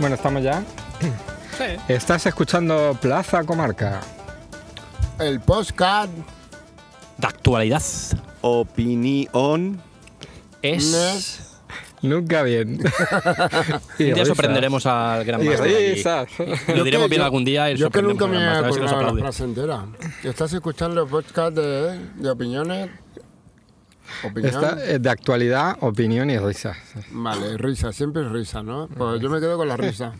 Bueno, estamos ya. Sí. Estás escuchando Plaza Comarca. El podcast De actualidad Opinión. es. Nunca bien. Y Un día risas. sorprenderemos al gran Y maestro. de aquí. risas. Lo diremos que- bien yo- algún día. y Yo que sorprendemos nunca al me he gran maestro, a ver si nos acordado la aplaude. frase entera. Estás escuchando el podcast de, de opiniones. Opinión. Esta es de actualidad, opinión y risas. Vale, risa, siempre es risa, ¿no? Pues yo me quedo con la risa.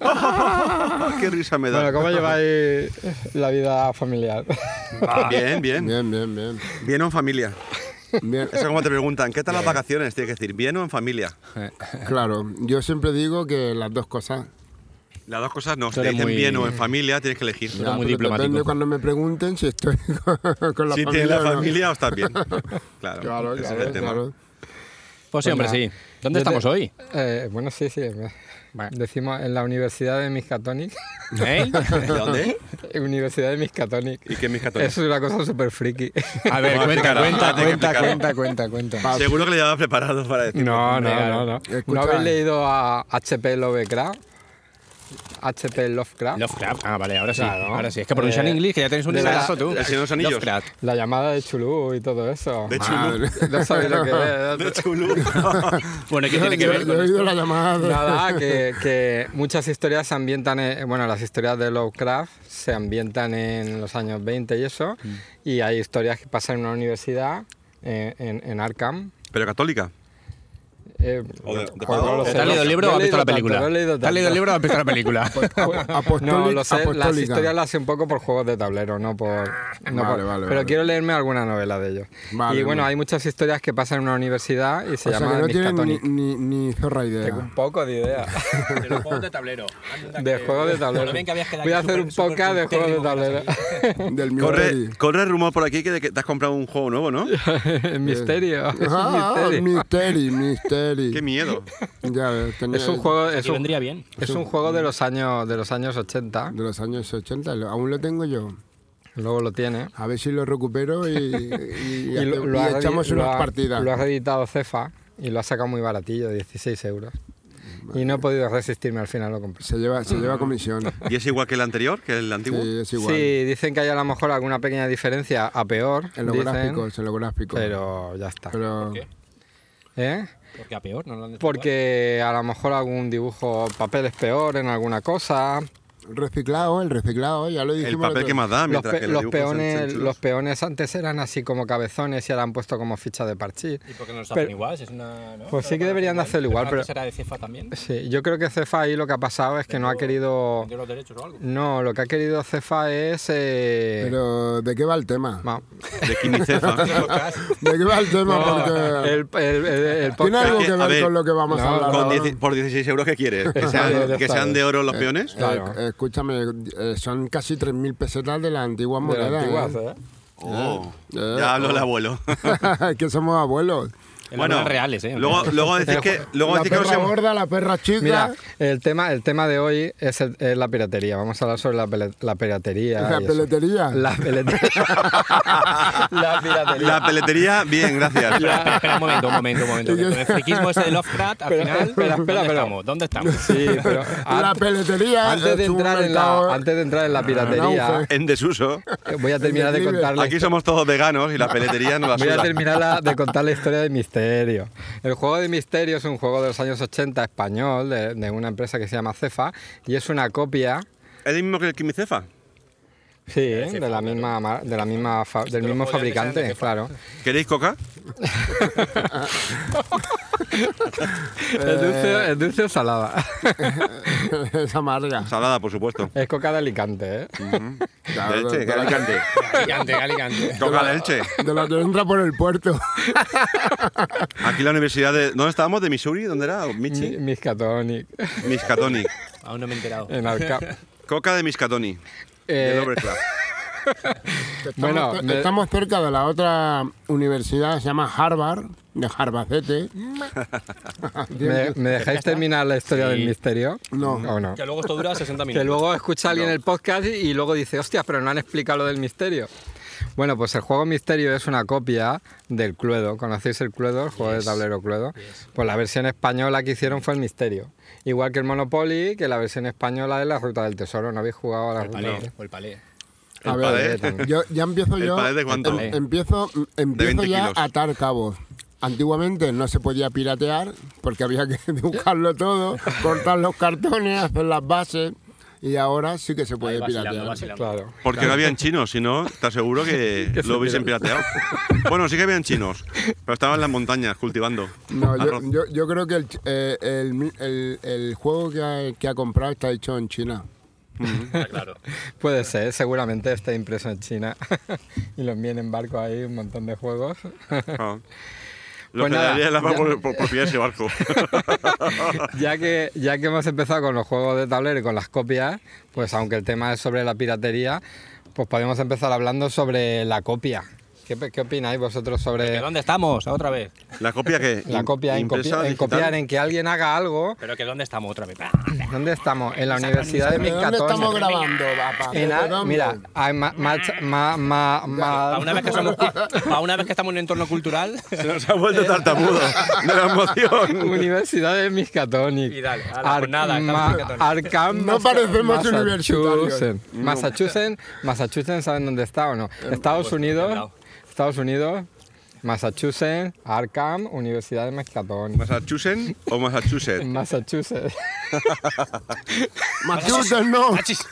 Ah, qué risa me da. Bueno, ¿cómo lleváis la vida familiar? Bien, Ah. bien. Bien, bien, bien. Bien o en familia. Bien. Eso como te preguntan, ¿qué tal las vacaciones? Tienes que decir, bien o en familia. Claro, yo siempre digo que las dos cosas. Las dos cosas no, Tú te eres dicen muy- bien o en familia, tienes que elegir. eres muy pero diplomático. Depende cuando me pregunten si estoy con, con la si familia. tienes o la no. familia o estás bien. Claro, Claro, ese es claro, el tema. claro. Pues sí, hombre, sí. ¿Dónde Yo te- estamos hoy? Eh, bueno, sí, sí. me- Bueno. Decimos en la Universidad de Miskatonic. ¿Eh? ¿De dónde? Universidad de Miskatonic. ¿Y qué mis Eso es una cosa súper friki. A ver, Vamos cuenta, a cuenta, explicarlo, vamos a cuenta. explicarlo. Cuenta, cuenta, cuenta. Seguro que le llevaba preparado para decir. No, hombre, no, no, no. ¿No Escucha. habéis leído a H.P. Lovecraft? H.P. Lovecraft. Lovecraft. Ah, vale, ahora sí. Claro. Ahora sí. Es que pronuncia en Eh, inglés, que ya tenéis un de la- inglés tú. El Señor de los Anillos. Lovecraft. La llamada de Chulú y todo eso. De Chulú. Madre. No sabéis lo que es. ¿eh? De Chulú. Bueno, ¿y ¿qué Yo, tiene que yo- ver yo he con oído la llamada. de- Nada, que, que muchas historias se ambientan, en- bueno, las historias de Lovecraft se ambientan en los años 20 y eso, Mm. y hay historias que pasan en una universidad, eh, en, en Arkham. Pero católica. Eh, O de- de pues Pablo. no lo ¿Te sé, has leído el no- libro no o he has visto la leído tanto, película? no he leído ¿Te has leído tanto. el libro o has visto la película? Apostólica. No, lo sé, las apostólica. Ah, historias las sé un poco por juegos de tablero, no por... no Vale, por- vale, pero vale. quiero leerme alguna novela de ellos. Vale, y bueno, vale. hay muchas historias que pasan en una universidad y se O sea que llaman no tienen ni, Miskatonic. ni, ni zorra idea. Tengo un poco de idea. De los juegos de tablero. De juegos de tablero. Voy a hacer un podcast de juegos de tablero. Del Corre, misterio. corre el rumor por aquí que, de que te has comprado un juego nuevo, ¿no? misterio. Es Ah, un misterio. misteri, Qué misteri. miedo. Ya ves, tenía- Es un juego, es Eso un, vendría bien. es un juego de los años de los años 80. De los años 80, lo- aún lo tengo yo. Luego lo tiene. A ver si lo recupero y, y- y Y hace- lo, y lo ha redi- echamos lo unas ha- partidas. Lo ha editado Cefa y lo ha sacado muy baratillo, 16 euros. Y no he podido resistirme, al final lo compré. Se lleva, se lleva comisión. ¿Y es igual que el anterior, que el antiguo? Sí, es igual. Sí, dicen que hay a lo mejor alguna pequeña diferencia a peor. en los dicen, gráficos, en los gráficos. Pero ya está. Pero- qué? ¿Eh? Porque a peor, no lo han hecho Porque a lo mejor algún dibujo, papel es peor en alguna cosa. reciclado, el reciclado, ya lo dijimos. El papel otro- que más da, Los, Ah, mientras pe- que los los, dibujos sean- sean peones, chulos. los peones antes eran así como cabezones y ahora han puesto como ficha de parchís. igual. ¿Y por qué no los Pero- hacen igual? Si es una, ¿no? Pues sí que deberían de hacerlo igual, pero- será de cefa también? Sí, yo creo que Cefa ahí lo que ha pasado es que no ha querido... ¿Vendió los derechos o algo? No, lo que ha querido Cefa es... eh, Pero, ¿de qué va el tema? ma- De quimicefa. ¿De qué va el tema? Porque el, el- el- el tiene podcast- algo Es que, que a ver, ver, con lo que vamos a no, hablar. Con ahora. dieci- por 16 euros, ¿qué quieres? Que Vale, sean, ya que está sean bien. de oro los peones. Eh, Claro. eh, escúchame, eh, son casi 3.000 pesetas de las antiguas de la monedas. antigua, ¿eh? ¿eh? Oh, eh, ya habló el oh. abuelo. que somos abuelos. En las reales, ¿eh? Luego, luego decís que, luego la decís que no perra se... gorda, la perra chica. Mira, el tema, el tema de hoy es, el- es la piratería. Vamos a hablar sobre la, pele- la piratería. la y eso. peletería. La peletería. la piratería. La peletería, bien, gracias. Espera, espera un momento, un momento, un momento. Con el friquismo ese de Lovecraft, al Pero, final, espera, espera, ¿dónde pero- estamos? ¿Dónde estamos? Sí, pero la antes- peletería. antes de, es un entrar en mercado- Ah, pues, la, antes de entrar en la piratería, auge. En desuso. eh, voy a terminar de Entendible. contar la, Aquí somos todos veganos y la peletería no la voy a suda. terminar la- de contar la historia de Misterio. El juego de Misterio es un juego de los años 80 español de, de una empresa que se llama Cefa y es una copia ¿Es el mismo que el quimicefa? sí, de la misma mar- de la misma fa- del mismo fabricante, claro. ¿Queréis coca? Es Eh. dulce, es dulce o salada. es amarga. Salada, por supuesto. Es coca de Alicante, ¿eh? De Claro, leche, de, que la, Alicante. Alicante, Alicante. Coca de leche. de la que entra por el puerto. Aquí la universidad de... ¿Dónde estábamos? ¿De Missouri? ¿Dónde era? Mi- ¿Michi? Miskatonic, Miskatonic. Aún no me he enterado. en Arca. Coca de Miskatonic. Eh, De Lovecraft. Estamos, Bueno, me- estamos cerca de la otra universidad, se llama Harvard, de Harvacete. ¿Me, me dejáis terminar la historia del misterio? No. ¿O no? Que luego esto dura 60 Que minutos. luego escucha alguien el podcast y y luego dice, hostias, pero no han explicado lo del misterio. Bueno, pues el juego Misterio es una copia del Cluedo. ¿Conocéis el Cluedo? El juego de tablero Cluedo. Pues la versión española que hicieron fue el Misterio. Igual que el Monopoly, que la versión española es la Ruta del Tesoro. ¿No habéis jugado a la El Ruta del palé, Tesoro? o el palé. El A padé. ver, eh, yo, ya empiezo ¿El yo. padé de cuánto? em- empiezo empiezo 20 ya kilos. a atar cabos. Antiguamente no se podía piratear porque había que dibujarlo todo, cortar los cartones, hacer las bases y ahora sí que se puede Ahí vacilando, piratear. vacilando. Claro. Porque no habían chinos, si no, te aseguro que lo hubiesen pirateado. Bueno, sí que habían chinos, pero estaban en las montañas cultivando. No, yo, arroz. yo- yo creo que el, ch- eh, el mi- el- el juego que ha, que ha comprado está hecho en China. Ah, claro. Puede ser, seguramente está impreso en China. y los vienen en barco ahí, un montón de juegos. Ah. Lo Pues que nada, daría el agua ya- por, por propiedad de ese barco. ya, que, ya que hemos empezado con los juegos de tablero y con las copias, pues aunque el tema es sobre la piratería, pues podemos empezar hablando sobre la copia. ¿Qué, pe- qué opináis vosotros ¿De sobre dónde estamos? Otra vez. ¿La copia qué? la ¿Im- copia en, impresa, copi- en digital? copiar, en que alguien haga algo? Pero que ¿dónde estamos? Otra vez. ¿Dónde estamos? En la Universidad de ¿De dónde estamos 2014. grabando, papá? En ¿De a- dónde? mira, hay ma- ma- ma- ma- ma- Para una, vez que somos- pa' una vez que estamos en un entorno cultural. Se nos ha Eh. vuelto tartamudo de la emoción. Universidad de Miskatonic. Y dale, ala, pues nada, estamos en Ma- Miskatonic. Arkham, No Massa- parecemos Massachusetts. universitarios. Massachusetts, Massachusetts, ¿saben dónde está o no? Estados al Unidos, lado. Estados Unidos, Massachusetts, Arkham, Universidad de Miskatonic. ¿Massachusetts o Massachusetts? Massachusetts. Massachusetts no. ¡Achis!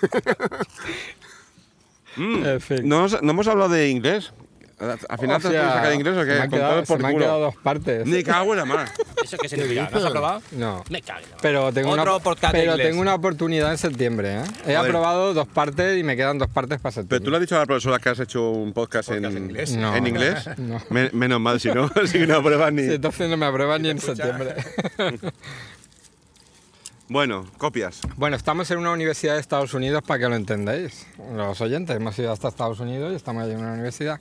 Mm. En fin. No, nos- no hemos hablado de inglés. ¿Al al final te has podido sacar inglés o se me qué? han Con quedado- todo se por me han culo. quedado dos partes. Ni cago en la mar. ¿Eso qué significa? ¿Lo has aprobado? No. Me cago. en la madre. Pero tengo, Otro una, podcast de pero inglés. tengo una oportunidad en septiembre. ¿eh? He aprobado dos partes y me quedan dos partes para septiembre. Pero tú le has dicho a la profesora que has hecho un podcast, en, inglés? No. en inglés. No. Me- menos mal, si no, si no apruebas ni. Sí, entonces no me aprueban ni en septiembre. Bueno, copias. Bueno, estamos en una universidad de Estados Unidos para que lo entendáis. Los oyentes, hemos ido hasta Estados Unidos y estamos allí en una universidad.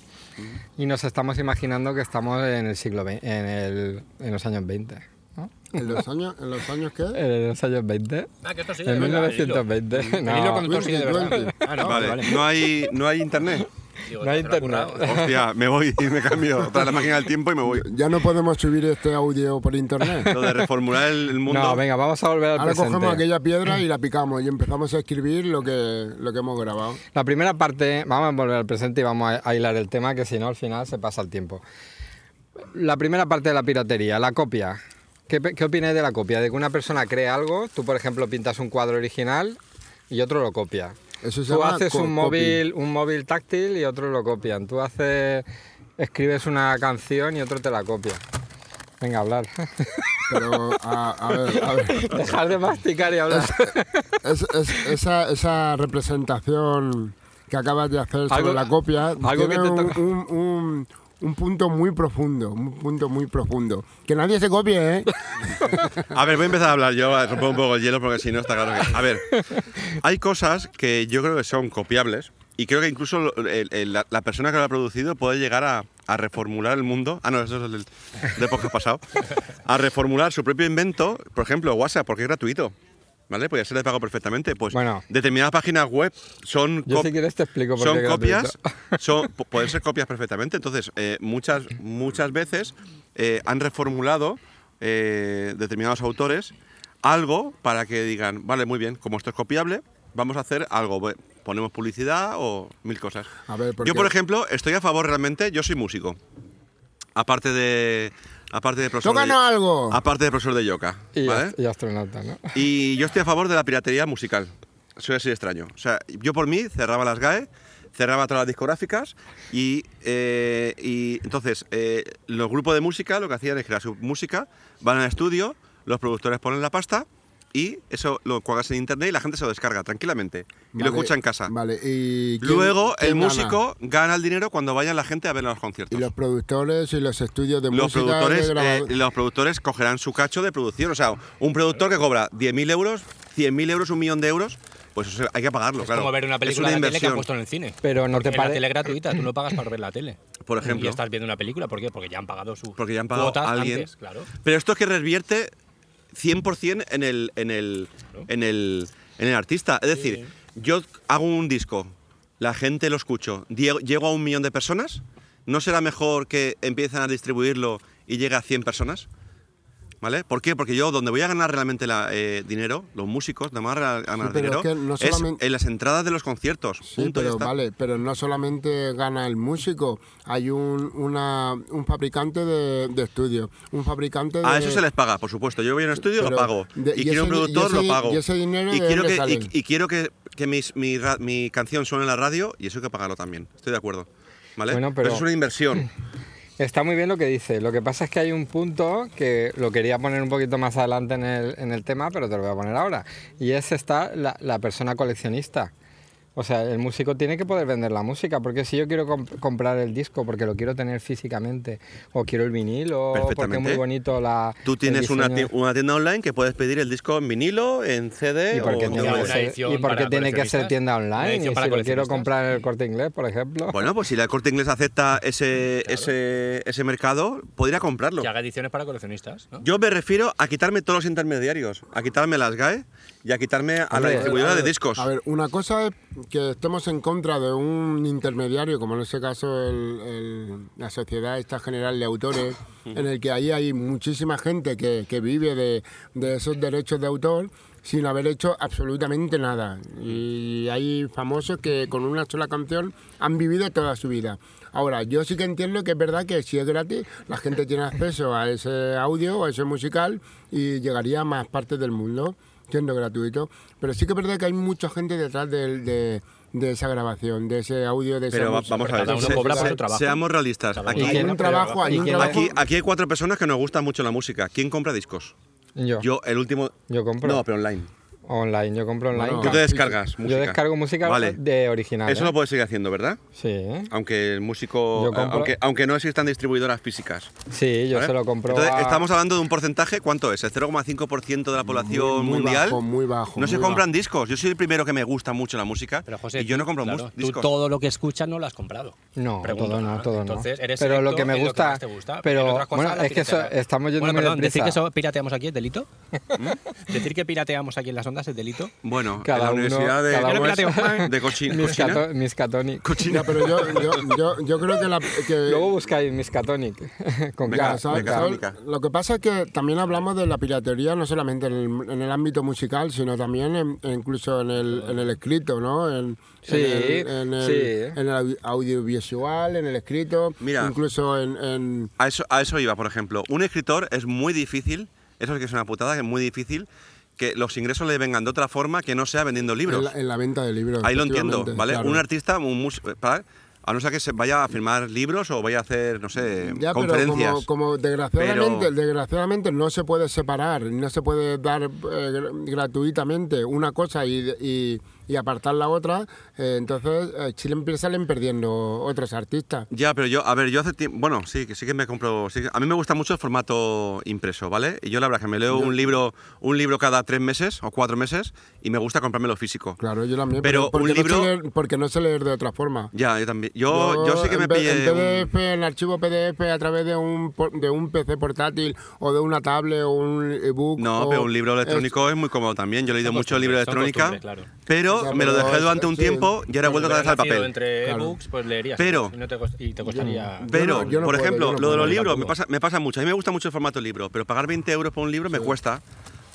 Y nos estamos imaginando que estamos en el siglo ve- en, el- en los años 20. ¿no? ¿En los años, en los años qué? En los años 20. Ah, que esto sigue de En verdad, el hilo. 1920. El hilo No, conductor sigue de verdad. 2020. Ah, no, vale. No, hay, no hay internet. Digo, no hay te lo has currado. internet. Hostia, me voy y me cambio. Trae la máquina del tiempo y me voy. Ya no podemos subir este audio por internet. Lo de reformular el, el mundo. No, venga, vamos a volver al Ahora cogemos presente. aquella piedra y la picamos y empezamos a escribir lo que, lo que hemos grabado. La primera parte, vamos a volver al presente y vamos a, a hilar el tema, que si no al final se pasa el tiempo. La primera parte de la piratería, la copia. ¿Qué, pe- qué opináis de la copia? De que una persona crea algo, tú por ejemplo pintas un cuadro original y otro lo copia. Eso se Tú llama haces co- un copy. móvil, un móvil táctil y otro lo copian. Tú haces, escribes una canción y otro te la copia. Venga, hablar. Pero, a, a ver, a ver. Dejar de masticar y hablar. Es- es- esa, esa representación que acabas de hacer sobre Algo- la copia algo que tiene te un, toca. un- un- un punto muy profundo, un punto muy profundo. Que nadie se copie, ¿eh? A ver, voy a empezar a hablar yo, a romper un poco el hielo porque si no está claro que... A ver, hay cosas que yo creo que son copiables y creo que incluso lo- el- el- la, la persona que lo ha producido puede llegar a, a reformular el mundo. Ah, no, eso es el de podcast pasado. A reformular su propio invento, por ejemplo, WhatsApp, porque es gratuito. ¿Vale? Podría ser de pago perfectamente. Pues Bueno. determinadas páginas web son Yo cop- si quieres te explico por son qué copias, gratuito. son, pu- pueden ser copias perfectamente. Entonces, eh, muchas, muchas veces eh, han reformulado eh, determinados autores algo para que digan, vale, muy bien, como esto es copiable, vamos a hacer algo. Ve- Ponemos publicidad o mil cosas. A ver, porque- Yo, por ejemplo, estoy a favor realmente, yo soy músico. Aparte de... Aparte de profesor de- ¡Tócanos algo! Aparte de profesor de yoga. Y, ¿vale? y astronauta, ¿no? Y yo estoy a favor de la piratería musical. Soy así de extraño. O sea, yo por mí cerraba las GAE, cerraba todas las discográficas y, eh, y entonces eh, los grupos de música lo que hacían es crear su música, van al estudio, los productores ponen la pasta y eso lo cuelgas en internet y la gente se lo descarga tranquilamente y lo Vale, escucha en casa. Vale, y... quién- Luego el quién gana? músico gana el dinero cuando vayan la gente a ver los conciertos Y los productores y los estudios de los música... de productores, grabado- eh, los productores cogerán su cacho de producción. O sea, un productor que cobra 10.000 euros, 100.000 euros, un millón de euros, pues eso hay que pagarlo, Es claro. como ver una película es de la una tele que han inversión. puesto en el cine. Pero no Porque te la pare- tele es gratuita, tú no pagas para ver la tele. Por ejemplo. Y estás viendo una película, ¿por qué? Porque ya han pagado su Porque ya han pagado cuota a alguien. antes, claro. Pero esto es que revierte 100% en el, en, el, en, el, en el artista. Es decir, yo hago un disco, la gente lo escuchó, Diego- llego a un millón de personas, ¿no será mejor que empiecen a distribuirlo y llegue a 100 personas? ¿Vale? ¿Por qué? Porque yo donde voy a ganar realmente la, eh, dinero, los músicos, donde van a ganar Sí, pero dinero, es que no es solamente- en las entradas de los conciertos. Sí, punto, ya pero está. vale, pero no solamente gana el músico, hay un, una, un fabricante de, de estudios, un fabricante de... A Ah, eso se les paga, por supuesto. Yo voy a un estudio, lo Eh, Pero pago. de- y y quiero un ese di- y productor, ese lo di- pago. y ese dinero Y ¿de quiero dónde que, sale? y- y quiero que, que mis- mi, ra- mi canción suene en la radio y eso hay que pagarlo también. Estoy de acuerdo. ¿Vale? Bueno, pero- Eso es una inversión. Está muy bien lo que dice. Lo que pasa es que hay un punto que lo quería poner un poquito más adelante en el, en el tema, pero te lo voy a poner ahora. Y es está la, la persona coleccionista. O sea, el músico tiene que poder vender la música, porque si yo quiero comp- comprar el disco porque lo quiero tener físicamente, o quiero el vinilo, o porque es Perfectamente. muy bonito la. Tú el tienes una, diseño. ti- una tienda online que puedes pedir el disco en vinilo, en CD ¿Y o por qué en tiene, una que DVD. ser, edición y por qué para tiene que ser coleccionistas? tienda Una online? edición Y para si lo quiero coleccionistas. comprar en el corte inglés, por ejemplo. Bueno, pues si la corte inglés acepta ese, ese, ese mercado, podría comprarlo. Que haga ediciones para coleccionistas, ¿no? Yo me refiero a quitarme todos los intermediarios, a quitarme las GAE y a quitarme a la Hombre, distribuidora A de ver, discos. A ver, una cosa es que estemos en contra de un intermediario, como en ese caso el- el- la Sociedad esta General de Autores, en el que ahí hay muchísima gente que, que vive de, de esos derechos de autor sin haber hecho absolutamente nada. Y hay famosos que con una sola canción han vivido toda su vida. Ahora, yo sí que entiendo que es verdad que si es gratis, la gente tiene acceso a ese audio o a ese musical y llegaría a más partes del mundo siendo gratuito. Pero sí que es verdad que hay mucha gente detrás del- de, de esa grabación, de ese audio, de ese Pero va- vamos a ver, cada uno se- cobra por se- su trabajo. seamos realistas. Cada uno Aquí, Y Hay que- un trabajo, hay y un que- trabajo. aquí, aquí hay cuatro personas que nos gusta mucho la música. ¿Quién compra discos? yo, yo, Yo, el último. compro No, pero online. online, yo compro online. Bueno, Tú te sí, descargas música. Yo descargo música Vale. de original. Eso ¿eh? lo puedes seguir haciendo, ¿verdad? Sí, Aunque el músico. eh, Yo compro- Aunque, aunque no existan distribuidoras físicas. sí, yo ¿vale? se lo compro. Entonces, a- estamos hablando de un porcentaje, ¿cuánto es? El 0,5% de la población muy mundial. bajo, muy bajo, No se muy compran discos. Yo soy el primero que me gusta mucho la música. Pero José, y yo no tú, compro mus- claro, tú discos. todo lo que escuchas no lo has comprado. No, Pregunto, todo no, ah, todo no. Entonces eres pero lo selecto que me en gusta, más te gusta. pero en otras cosas bueno, lo es que eso pirateas. estamos yendo bueno, muy perdón, decir deprisa. que eso pirateamos aquí es delito. decir que pirateamos aquí en las ondas es delito. Bueno, Cada en la uno- universidad de, cada ¿cómo uno- es? de cochi- cochina. Miscato- Miscatonic. No, pero yo, yo, yo, yo creo que la... que- Luego buscáis Miscatonic. con Venga, K. Claro, ¿sabes? venga, ¿sabes? Mónica. Lo que pasa es que también hablamos de la piratería no solamente en el, en el ámbito musical, sino también en- en incluso en el, en el escrito, ¿no? En, Sí, en el, en el- sí. en el audio- audiovisual, en el escrito, Mira. incluso en... en- A eso, a eso iba, por ejemplo. Un escritor es muy difícil, eso es que es una putada, que es muy difícil que los ingresos le vengan de otra forma que no sea vendiendo libros. en la, en la venta de libros. Ahí lo entiendo, efectivamente, ¿vale? claro. Un artista, un mus- para- a no ser que se vaya a firmar libros o vaya a hacer, no sé, Ya, pero conferencias. como, como desgraciadamente, Pero- desgraciadamente no se puede separar, no se puede dar eh, gr- gratuitamente una cosa y, y- y apartar la otra, eh, entonces eh, Chile salen perdiendo otros artistas. Ya, pero yo, a ver, yo hace tiempo, bueno, sí, que sí que me compro, sí que- a mí me gusta mucho el formato impreso, ¿vale? Y yo la verdad que me leo un libro, un libro cada tres meses o cuatro meses y me gusta comprármelo físico. Claro, yo también. Pero porque no un sé libro- leer- porque no sé leer de otra forma. Ya, yo también. Yo, yo, sí que me en P- pillé. En un- PDF, en archivo PDF, a través de un, por- de un PC portátil o de una tablet o un ebook. No, o- pero un libro es- electrónico es, muy cómodo también. Yo he leído Son mucho libro de costumbres, electrónica, son costumbres, pero Ya, me lo pero dejé es- durante un sí. tiempo y ahora he vuelto otra vez al Hubieras nacido papel. Entre Claro. ebooks, pues leerías. Pero- y, no te cost- y te costaría. Pero, Yo no- yo no por puedo, ejemplo, yo no lo de puedo, los yo libros me tampoco. pasa, me pasa mucho. A mí me gusta mucho el formato libro, pero pagar 20 euros por un libro me cuesta,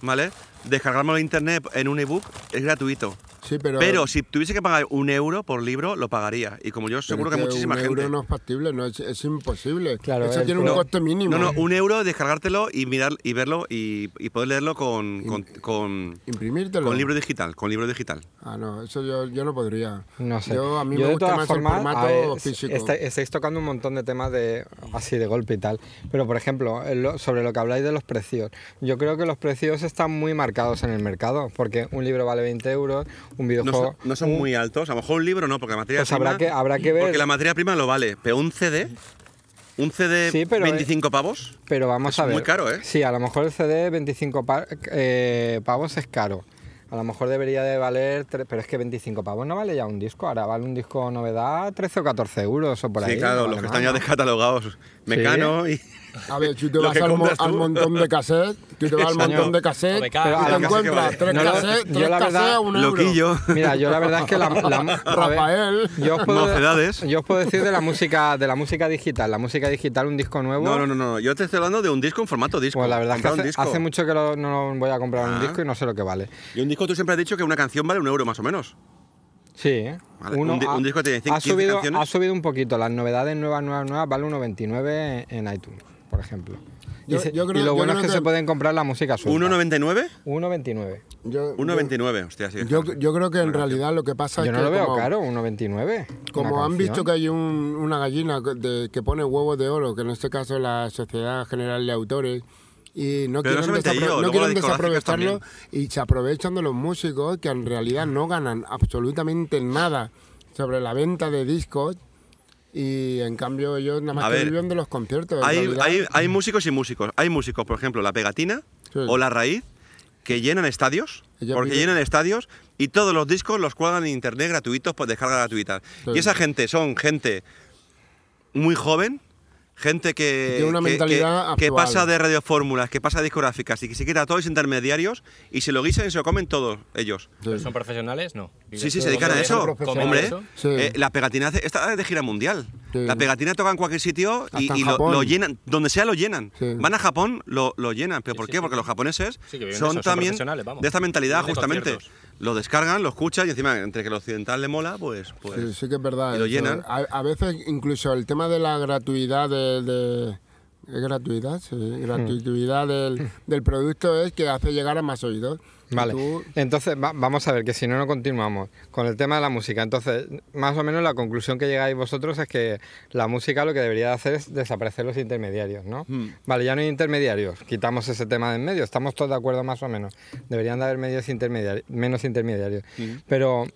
¿vale? Descargarme en internet en un ebook es gratuito. Sí, pero, Pero, si tuviese que pagar un euro por libro, lo pagaría. Y como yo, seguro que, pero es muchísima un gente. euro no es factible, no, es, es imposible. Claro, Eso el tiene un pro- coste mínimo. No, no, un euro descargártelo y mirar y verlo y, y poder leerlo con, con, con, Imprimírtelo. con libro digital, con libro digital. Ah, no, eso yo, yo no podría. No sé. Yo, a mí Yo, me de gusta todas más formas, el formato a ver, físico. está- estáis tocando un montón de temas de así de golpe y tal. Pero por ejemplo, eh, lo- sobre lo que habláis de los precios, yo creo que los precios están muy marcados en el mercado, porque un libro vale 20 euros, un No, videojuego. son- no son muy altos. A lo mejor un libro no, porque la materia Pues prima. habrá que- habrá que ver. Porque la materia prima lo vale. Pero un CD. Un CD Sí, pero, eh, 25 pavos. Pero vamos Es a ver. muy caro, ¿eh? Sí, a lo mejor el CD 25 pa- eh, pavos es caro. A lo mejor debería de valer, tre- pero es que 25 pavos no vale ya un disco. Ahora vale un disco novedad 13 o 14 euros o por sí, ahí. claro, no los vale que están ya más, ¿no? descatalogados. Mecano y. A ver, tú te Lo vas que al, mo- compras tú. al montón de cassette, tú te vas al Coño. montón de cassette Hombre, y claro. te Pero a la encuentras cassette que tres vale. No, cassettes, yo tres la verdad, cassettes a un euro. Loquillo. Mira, yo la verdad es que la, la- a ver, Rafael. yo os, puedo, Mocedades. yo os puedo decir de la música de la música digital, la música digital un disco nuevo. No, no, no, no. Yo te estoy hablando de un disco en formato disco. Pues la verdad es que Comprar un hace, disco. hace mucho que lo- no voy a comprar un Ah. disco y no sé lo que vale. Y un disco tú siempre has dicho que una canción vale un euro más o menos. Sí, ¿eh? Vale, un di- un disco tiene cin- ha 15 subido, canciones. Ha subido un poquito. Las novedades nuevas, nuevas, nuevas, vale 1,29 en iTunes, por ejemplo. Yo- y, se- yo y creo- lo yo bueno es creo que, que- se pueden comprar la música suelta. ¿1,99? 1,29. Yo, 1,29. Hostia, sí. yo, claro. yo creo que en Bueno, realidad lo que pasa Yo es no que lo veo como, caro, 1,29. como han visto que hay un- una gallina que- de- que pone huevos de oro, que en este caso la Sociedad General de Autores, y no Pero no quieren, se mete desapro- yo, no luego quieren las discográficas desaprovecharlo y se aprovechan de los músicos que en realidad no ganan absolutamente nada sobre la venta de discos y en cambio ellos nada más A que ver, viven de los conciertos. en Hay, realidad. hay- hay músicos y músicos. Hay músicos, por ejemplo, La Pegatina Mm. Sí. o La Raíz, que llenan estadios, Ella porque vive- llenan estadios y todos los discos los cuelgan en internet gratuitos por descarga gratuita. Sí. Y esa gente son gente muy joven, gente que, Tiene una que- que- mentalidad que actual. pasa de radiofórmulas, que pasa de discográficas y que se quita a todos los intermediarios y se lo guisan y se lo comen todos ellos. Sí. ¿Son profesionales? No. Sí, ¿Son sí, se dedican a ¿Son eso. profesionales? Hombre, eso? eh, Sí. eh, la pegatina hace- está de gira mundial. Sí. La pegatina toca en cualquier sitio y, Hasta en y lo, Japón. lo llenan. Donde sea lo llenan. Sí. Van a Japón, lo, lo llenan. ¿Pero por qué? Porque los japoneses Sí, que viven de son eso, son también profesionales, vamos. de esta mentalidad, Viven de justamente. conciertos. Lo descargan, lo escuchan y encima, entre que lo occidental le mola, pues. pues Sí, sí que es verdad. Y lo eso. llenan. A, a veces incluso el tema de la gratuidad de... de- ¿es gratuidad? Sí, Hmm. gratuidad del, del producto es que hace llegar a más oídos. Y Vale, tú- entonces va- vamos a ver que si no, no continuamos con el tema de la música. Entonces, más o menos la conclusión que llegáis vosotros es que la música lo que debería de hacer es desaparecer los intermediarios, ¿no? Vale, ya no hay intermediarios, quitamos ese tema de en medio, estamos todos de acuerdo más o menos. Deberían de haber medios intermediari- menos intermediarios. Pero...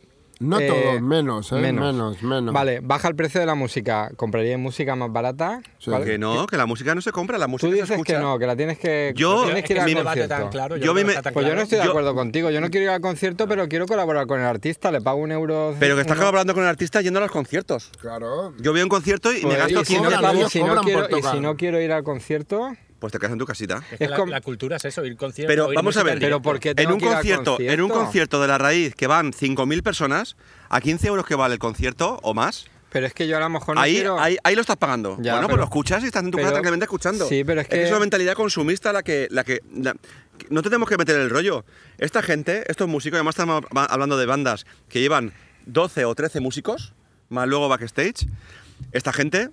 no eh, todos, menos, ¿eh? menos, menos. Vale, baja el precio de la música, compraría música más barata. Sí. ¿Vale? que no, que la música no se compra, la música Tú se dices escucha. que no, que la tienes que, Yo- tienes Es que ir que al mi debate concierto. tan claro. Yo Yo, me- me... Tan Pues yo no claro. estoy de Yo- acuerdo contigo. Yo no quiero ir al concierto, pero quiero colaborar con el artista. Le pago un euro. Pero que estás uno- colaborando con el artista yendo a los conciertos. Claro. Yo voy a un concierto y me Pues, gasto y si 15 no cobran, pago- pavos. ellos si no cobran por quiero- y tocar. si no quiero ir al concierto, Pues te quedas en tu casita. Es que Es la, com- la cultura es eso, ir concierto. Pero oír vamos a música ver, en pero directo. ¿por qué en tengo un que ir al concierto, en un concierto de la raíz que van 5.000 personas, a 15 euros que vale el concierto o más, Pero es que yo a lo mejor no ahí, quiero. ahí, ahí lo estás pagando. Ya, bueno, pero- pues lo escuchas y estás en tu pero- casa tranquilamente escuchando. sí, pero es que- es una mentalidad consumista la que. La que la- que- no tenemos que meter el rollo. Esta gente, estos músicos, además estamos va- hablando de bandas que llevan 12 o 13 músicos, más luego backstage. Esta gente.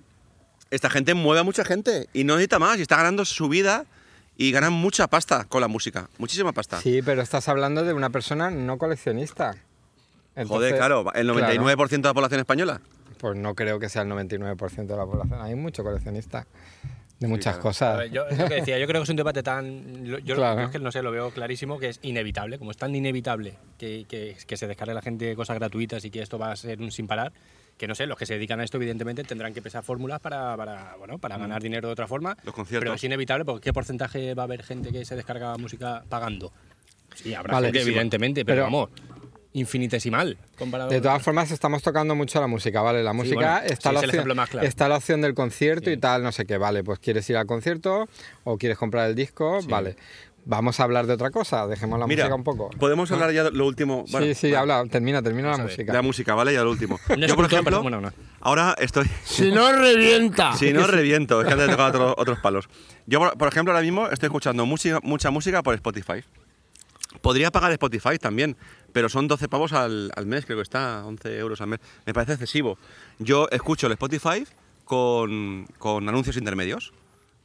Esta gente mueve a mucha gente y no necesita más y está ganando su vida y ganan mucha pasta con la música. Muchísima pasta. Sí, pero estás hablando de una persona no coleccionista. Entonces- Joder, claro, el 99% de la población española. claro, pues no creo que sea el 99% de la población. Hay mucho coleccionista de muchas claro. cosas. A ver, yo, es lo que decía, yo creo que es un debate tan. lo- Yo Claro. yo es que no sé, lo veo clarísimo que es inevitable, como es tan inevitable que, que- que se descargue la gente cosas gratuitas y que esto va a ser un sin parar, que no sé, los que se dedican a esto, evidentemente, tendrán que pesar fórmulas para, para, bueno, Mm. para ganar dinero de otra forma. Los conciertos. Pero es inevitable, porque ¿qué porcentaje va a haber gente que se descarga música pagando? Sí, habrá Vale. gente, evidentemente, pero, Pero- vamos, infinitesimal comparado De todas formas, estamos tocando mucho la música, ¿vale? La música bueno, está, la sí, es el opción, ejemplo más claro. está la opción del concierto y tal, no sé qué, vale, pues quieres ir al concierto o quieres comprar el disco, vale. Vamos a hablar de otra cosa, dejemos la música un poco. podemos hablar ya de lo último. Bueno, sí, sí, vale. habla, termina, termina la a ver. música. La música, ¿vale? Ya lo último. Un Yo, por escultor, ejemplo, pero bueno, no. ahora estoy. Si no revienta. Si no, reviento. Es que antes he tocado otro- otros palos. Yo, por- por ejemplo, ahora mismo estoy escuchando mucha, mucha música por Spotify. Podría pagar Spotify también, pero son 12 pavos al, al mes, creo que está, 11 euros al mes. Me parece excesivo. Yo escucho el Spotify con, con anuncios intermedios,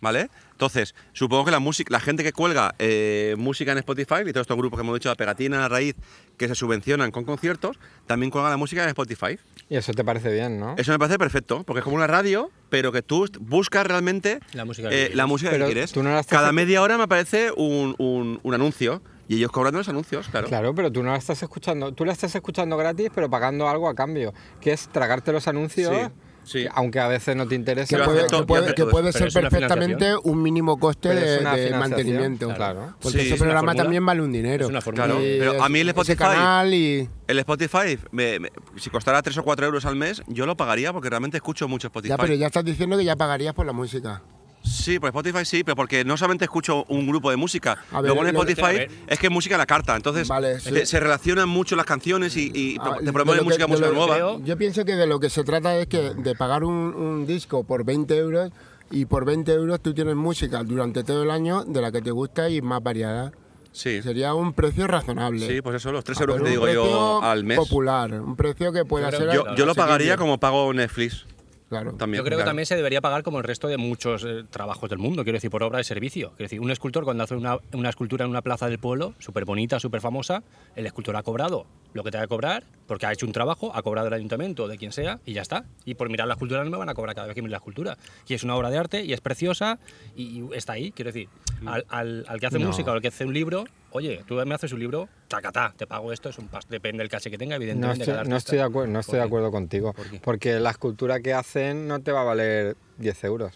¿vale? Entonces, supongo que la, música- la gente que cuelga eh, música en Spotify y todos estos grupos que hemos dicho, la pegatina, la raíz, que se subvencionan con conciertos, también cuelgan la música en Spotify. Y eso te parece bien, ¿no? Eso me parece perfecto, porque es como una radio, pero que tú est- buscas realmente La música que eh, quieres. la música que Pero quieres. tú no la estás Cada escu- media hora me aparece un, un- un anuncio y ellos cobrando los anuncios, claro. Claro, pero tú no la estás escuchando, tú la estás escuchando gratis, pero pagando algo a cambio, que es tragarte los anuncios, Sí, sí. aunque a veces no te interese. pues Que puede, que Yo acepto- puede- yo acepto que puede eso. ser Pero es una perfectamente un mínimo coste Pero es de, una de financiación, mantenimiento. claro. Porque Sí, ese es una programa fórmula. también vale un dinero. Es una fórmula. Claro, Y pero a mí el ese Spotify- canal y- El Spotify, me- me- si costara 3 o 4 euros al mes, yo lo pagaría porque realmente escucho mucho Spotify. Ya, pero ya estás diciendo que ya pagarías por la música. Sí, por Spotify sí, pero porque no solamente escucho un grupo de música. A ver, Luego en lo- Spotify a ver. es que es música a la carta. Entonces Vale, se- sí. se relacionan mucho las canciones y, y Ah, te de lo promueven que- música, de música lo- nueva. creo- Yo pienso que de lo que se trata es que de pagar un, un disco por 20 euros y por 20 euros tú tienes música durante todo el año de la que te gusta y más variada. Sí. Sería un precio razonable. sí, pues eso, los 3 Ah, euros que pero te un digo yo precio al mes. Popular, un precio que pueda Yo- ser. Yo, yo lo pagaría asequible. como pago Netflix. Claro. También, Yo creo que claro. también se debería pagar como el resto de muchos eh, trabajos del mundo, quiero decir, por obra de servicio. Quiero decir, un escultor cuando hace una, una escultura en una plaza del pueblo, súper bonita, súper famosa, el escultor ha cobrado lo que te va a cobrar, porque ha hecho un trabajo, ha cobrado el ayuntamiento, de quien sea, y ya está. Y por mirar la escultura no me van a cobrar cada vez que mire la escultura. Y es una obra de arte, y es preciosa, y, y está ahí. Quiero decir, al, al- al que hace música o al que hace un libro, oye, tú me haces un libro, tacatá, te pago esto, es un pas- depende del caché que tenga, No evidentemente. estoy, cada no estoy de artista. acuerdo, no estoy de Porque- acuerdo contigo. ¿Por qué? Porque la escultura que hacen no te va a valer 10 euros,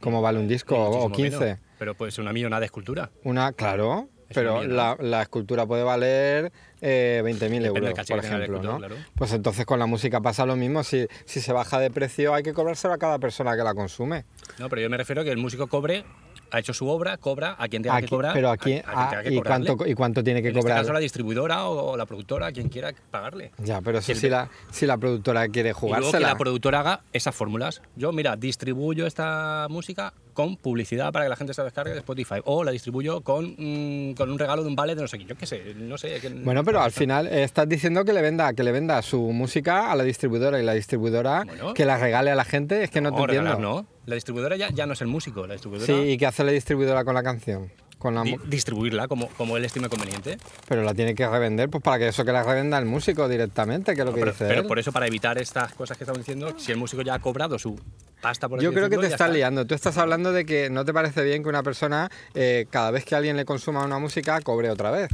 como vale un disco Ni o- o muchísimo 15. menos. Pero puede ser una millonada de escultura. Una, claro, Es pero un bien, la, la escultura puede valer eh, 20.000 Depende del euros, caché por que tenga el ejemplo, ¿no? escultor, claro. Pues entonces con la música pasa lo mismo. Si, si se baja de precio, hay que cobrárselo a cada persona que la consume. No, pero yo me refiero a que el músico cobre, ha hecho su obra, cobra a quien tenga ¿A que qui- cobrar. pero a- aquí, ah, a quien tenga que ¿y, cobrarle. cuánto, ¿y cuánto tiene que en cobrar? Este caso, la distribuidora o, o la productora, a quien quiera pagarle. Ya, pero eso ¿Quién si te- la, si la productora quiere Y luego que la jugársela. productora haga esas fórmulas. Yo, mira, distribuyo esta música con publicidad para que la gente se la descargue de Spotify. O la distribuyo con, mm, con un regalo de un vale de no sé qué. Yo qué sé, no sé. que- Bueno, pero al final eh, estás diciendo que le venda, que le venda su música a la distribuidora y la distribuidora Bueno. que la regale a la gente, es que no, te No, entiendo. regalar no. La distribuidora ya, ya no es el músico. La distribuidora. Sí, ¿y qué hace la distribuidora con la canción? Con la di- mu- distribuirla como, como él estime conveniente. Pero la tiene que revender, pues para que eso que la revenda el músico directamente, que es lo que Pero, dice pero él. por eso, para evitar estas cosas que estamos diciendo, si el músico ya ha cobrado su pasta por Yo así creo que decirlo, te ya estás está. liando. Tú estás hablando de que no te parece bien que una persona, eh, cada vez que alguien le consuma una música, cobre otra vez.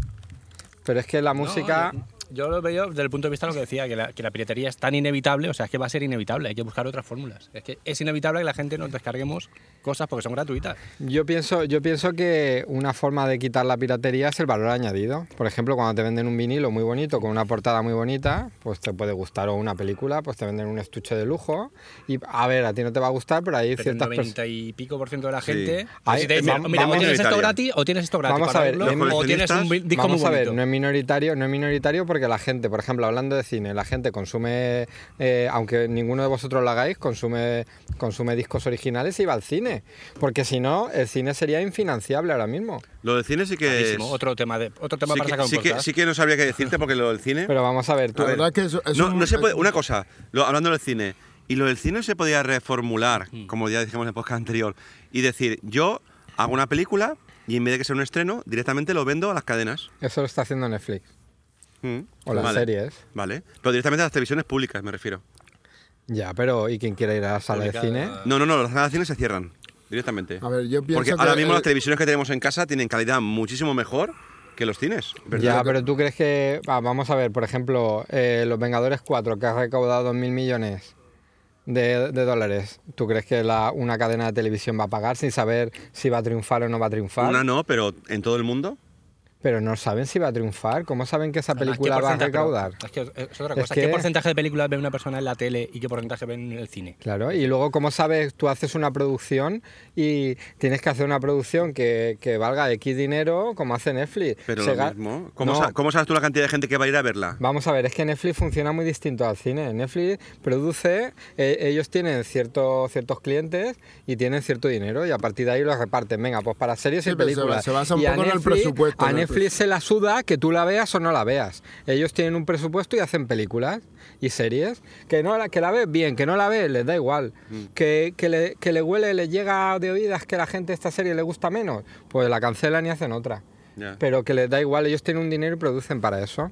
Pero es que la No, música... yo, yo lo veo desde el punto de vista de lo que decía, que la, que la piratería es tan inevitable, o sea, es que va a ser inevitable, hay que buscar otras fórmulas. Es que es inevitable que la gente nos descarguemos cosas porque son gratuitas. Yo pienso, yo pienso que una forma de quitar la piratería es el valor añadido. Por ejemplo, cuando te venden un vinilo muy bonito, con una portada muy bonita, pues te puede gustar, o una película, pues te venden un estuche de lujo. Y a ver, a ti no te va a gustar, pero hay Pero el ciertas personas. 90 y pico por ciento de la Sí. gente. pues Ay, si te dicen, vam- mira, vamos- o tienes esto Italia. gratis o tienes esto gratis. Vamos para a ver, verlo, los o tienes un coleccionistas- disco muy Vamos a ver, bonito. no es minoritario, no es minoritario porque la gente, por ejemplo, hablando de cine, la gente consume, eh, aunque ninguno de vosotros lo hagáis, consume, consume discos originales y va al cine. Porque si no, el cine sería infinanciable ahora mismo. Lo del cine sí que. es- Clarísimo, Otro tema, de, otro tema sí, para sacar que, un sí, que, podcast. sí que no sabría qué decirte porque lo del cine. Pero vamos a ver, tú, La verdad es que eso- es no, un- no se puede. Una cosa, lo- hablando del cine. Y lo del cine se podía reformular, como ya dijimos en el podcast anterior, y decir, yo hago una película y en vez de que sea un estreno, directamente lo vendo a las cadenas. eso lo está haciendo Netflix Mm. o las Vale. series. Vale. Pero directamente a las televisiones públicas, me refiero. Ya, pero ¿y quien quiera ir a la sala de Publicada- cine? No, no, no, las salas de cine se cierran directamente. A ver, yo pienso Porque que ahora mismo el- las televisiones que tenemos en casa tienen calidad muchísimo mejor eh, que los cines. ¿verdad? Ya, pero tú crees que. ah, vamos a ver, por ejemplo, eh, Los Vengadores 4, que ha recaudado 2.000 millones de, de dólares. ¿Tú crees que la, una cadena de televisión va a pagar sin saber si va a triunfar o no va a triunfar? Una no, pero en todo el mundo. Pero no saben si va a triunfar. ¿Cómo saben que esa Además, ¿qué película va a porcentaje? Pero recaudar? Es que es- es otra Es cosa. ¿Qué que- porcentaje de películas ve una persona en la tele y qué porcentaje ve en el cine? Claro, y luego, ¿cómo sabes? Tú haces una producción y tienes que hacer una producción que, que valga X dinero, como hace Netflix. Pero Se lo ga- mismo. ¿Cómo, No. sa- cómo sabes tú la cantidad de gente que va a ir a verla? Vamos a ver, es que Netflix funciona muy distinto al cine. Netflix produce, eh, ellos tienen cierto- ciertos clientes y tienen cierto dinero y a partir de ahí los reparten. Venga, pues para series Sí, y pero se películas. ba- se basa un Y a poco en el Netflix- presupuesto, A ¿no? Netflix se la suda que tú la veas o no la veas. Ellos tienen un presupuesto y hacen películas y series. Que, no la, que la ves bien, que no la ves, les da igual. Mm. Que, que le, que le huele, le llega de oídas que la gente esta serie le gusta menos, pues la cancelan y hacen otra. Ya. Pero que les da igual, ellos tienen un dinero y producen para eso.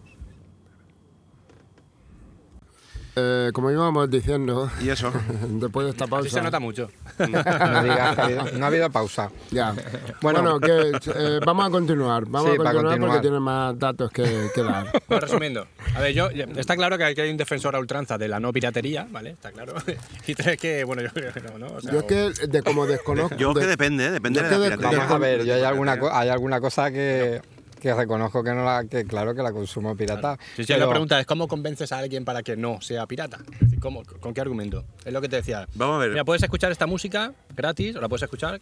eh, como íbamos diciendo, Y eso. después de esta pausa. Así se nota mucho. No digas que ha habido- no ha habido pausa. Ya. Bueno. Bueno, que, eh, vamos a continuar. Vamos Sí, a para continuar, continuar. porque tiene más datos que, que dar. Bueno, resumiendo, a ver, yo está claro que aquí hay un defensor a ultranza de la no piratería, ¿vale? Está claro. Y tres que, bueno, yo creo que no, ¿no? O sea, Yo es que, de como desconozco. Yo de- que depende, ¿eh? depende yo de que la de- piratería. Vamos a ver, yo hay alguna, co- cosa. hay alguna cosa que, que reconozco que no la, que claro que la consumo pirata. si si la pero- pregunta es cómo convences a alguien para que no sea pirata. Es decir, ¿Cómo, ¿Con qué argumento? Es lo que te decía. Vamos a ver. Mira, puedes escuchar esta música gratis o la puedes escuchar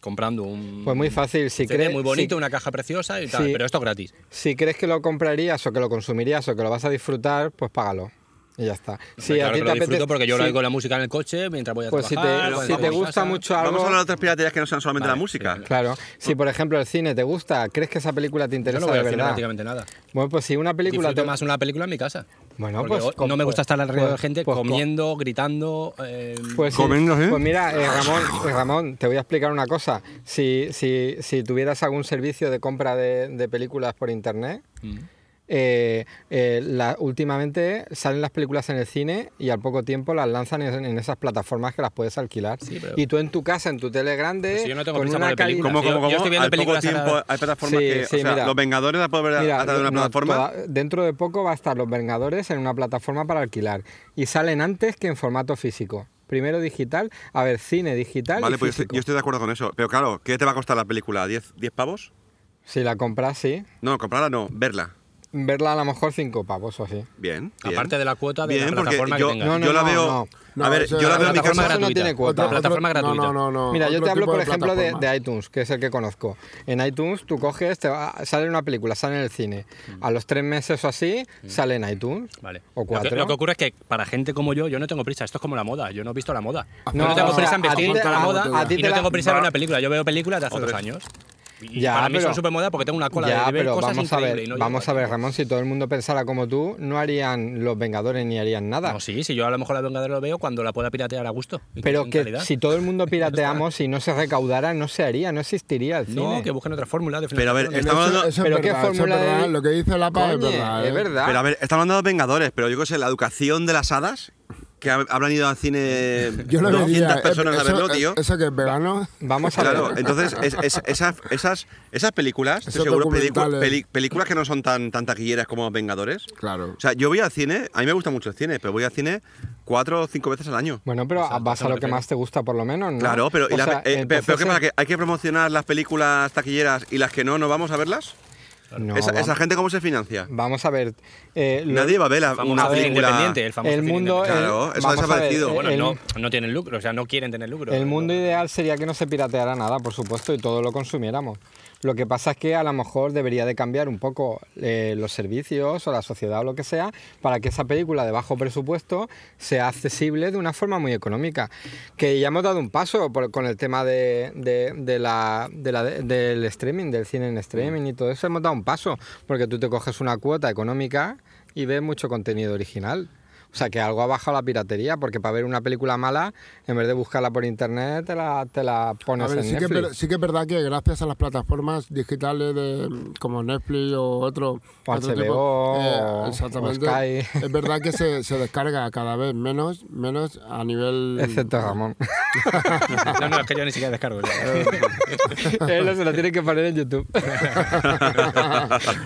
comprando un. Pues muy fácil, si CD crees- Muy bonito, si- una caja preciosa y tal, Sí. pero esto gratis. Si crees que lo comprarías o que lo consumirías o que lo vas a disfrutar, pues págalo. Y ya está. Si Claro a ti que te lo disfruto apetece- porque yo lo si- oigo la música en el coche mientras voy a Pues si te, trabajar. si te cuando voy a gusta casa. mucho algo. Vamos a hablar de otras piraterías que no sean solamente Vale, la música. sí, Claro. Si por ejemplo el cine te gusta, crees que esa película te Yo interesa no voy de al cine verdad. prácticamente nada. Bueno, pues si una película Disfruto te más una película en mi casa. Bueno, Porque pues, o- com- no me gusta pues- estar alrededor pues- de gente pues co- comiendo, gritando. eh, Pues, sí. Comiendo, ¿eh? Pues mira, eh, Ramón, eh, Ramón, te voy a explicar una cosa. Si, si, si tuvieras algún servicio de compra de, de películas por internet, mm. eh, eh, la- últimamente salen las películas en el cine y al poco tiempo las lanzan en, en esas plataformas que las puedes alquilar. Sí, pero- Y tú en tu casa, en tu tele grande, Pero si yo no tengo con prisa una por ver calidad... películas. Como, Yo- como, yo como, estoy viendo al poco películas tiempo ahora. hay plataformas Sí, que. sí, o sea, mira. los Vengadores la puedes ver Mira, a través de una no, plataforma. toda- dentro de poco va a estar Los Vengadores en una plataforma para alquilar. Y salen antes que en formato físico. Primero digital, a ver, cine digital. y Vale, pues yo estoy, físico. yo estoy de acuerdo con eso. Pero claro, ¿qué te va a costar la película? ¿10, 10 pavos? Si la compras, sí. No, comprarla no, verla. Verla a lo mejor pues cinco pavos o así. Bien. bien. Aparte de la cuota de la Bien, porque plataforma que yo, tenga. yo No, no, la no, veo. no. A No, ver, eso yo la es veo en mi plataforma casa. Eso no gratuita. tiene cuota. Otra- plataforma otro- gratuita. No, no, no, no, Mira, yo otro te hablo, tipo por de ejemplo, de, plataforma. de iTunes, que es el que conozco. En iTunes tú coges, te va- sale una película, sale en el cine. A los tres meses o así, sale en iTunes. Mm. Vale. O Lo que- cuatro. Lo que, ocurre es que para gente como yo, yo no tengo prisa. Esto es como la moda. Yo no he visto la moda. Ah, No, No, o tengo sea, prisa en a ti vestir te- para a- la moda a ti y te no la- tengo prisa en va. ver una película. Yo veo películas de hace dos años. Y Ya, para mí pero- son súper moda porque tengo una cola de- ya, de ver pero cosas vamos a ver, increíbles y no llego vamos a al ver, tiempo. Ramón, si todo el mundo pensara como tú, no harían los Vengadores ni harían nada. No, sí, si yo a lo mejor la Vengadora lo veo cuando la pueda piratear a gusto. pero en que calidad. si todo el mundo pirateamos y no se recaudara, no se haría, no existiría el cine. No, que busquen otra fórmula de Pero a ver, financiación. estamos Eso- hablando. eso Pero es qué verdad, eso es fórmula verdad. de- Lo que dice la PA es Coño, verdad. ¿eh? es verdad. Pero a ver, estamos hablando de los Vengadores, pero yo qué sé, la educación de las hadas, que hab- habrán ido al cine Yo lo 200 vería, eh, personas a eso- verlo, tío. Eso que es vegano. Vamos a Claro, ver. entonces es- es- esas, esas, esas películas, estoy Esos seguro, pelicu- documentales. peli- películas que no son tan, tan taquilleras como Los Vengadores. Claro. O sea, yo voy al cine, a mí me gusta mucho el cine, pero voy al cine cuatro o cinco veces al año. Bueno, pero Exacto, vas a me lo que refiero. más te gusta por lo menos, ¿no? Claro, pero, y O la- sea, eh, pe- entonces pero ¿qué pasa? es- ¿Que ¿Hay que promocionar las películas taquilleras y las que no, no vamos a verlas? No, esa, va- esa gente cómo se financia? Vamos a ver. eh, lo- Nadie va a ver la- El famoso una cine película... independiente, el famoso el cine mundo independiente. Claro, el- eso vamos a ha ver, desaparecido. eh, Bueno, el, no, no tienen lucro, o sea, no quieren tener lucro. el mundo No. ideal sería que no se pirateara nada, por supuesto, y todo lo consumiéramos. Lo que pasa es que a lo mejor debería de cambiar un poco eh, los servicios o la sociedad o lo que sea para que esa película de bajo presupuesto sea accesible de una forma muy económica. Que ya hemos dado un paso por- con el tema de, de- de la, de la- del streaming, del cine en streaming y todo eso. Hemos dado un paso porque tú te coges una cuota económica y ves mucho contenido original. O sea, que algo ha bajado la piratería, porque para ver una película mala, en vez de buscarla por internet, te la, te la A pones ver, en sí, que, es Netflix. ver- sí que es verdad que gracias a las plataformas digitales de, como Netflix o otro, O otro eh, HBO, o- o exactamente, Sky. es verdad que se, se descarga cada vez menos, menos a nivel... Excepto Ramón. No, no, es que yo ni siquiera descargo. ya. Él se la tiene que poner en YouTube.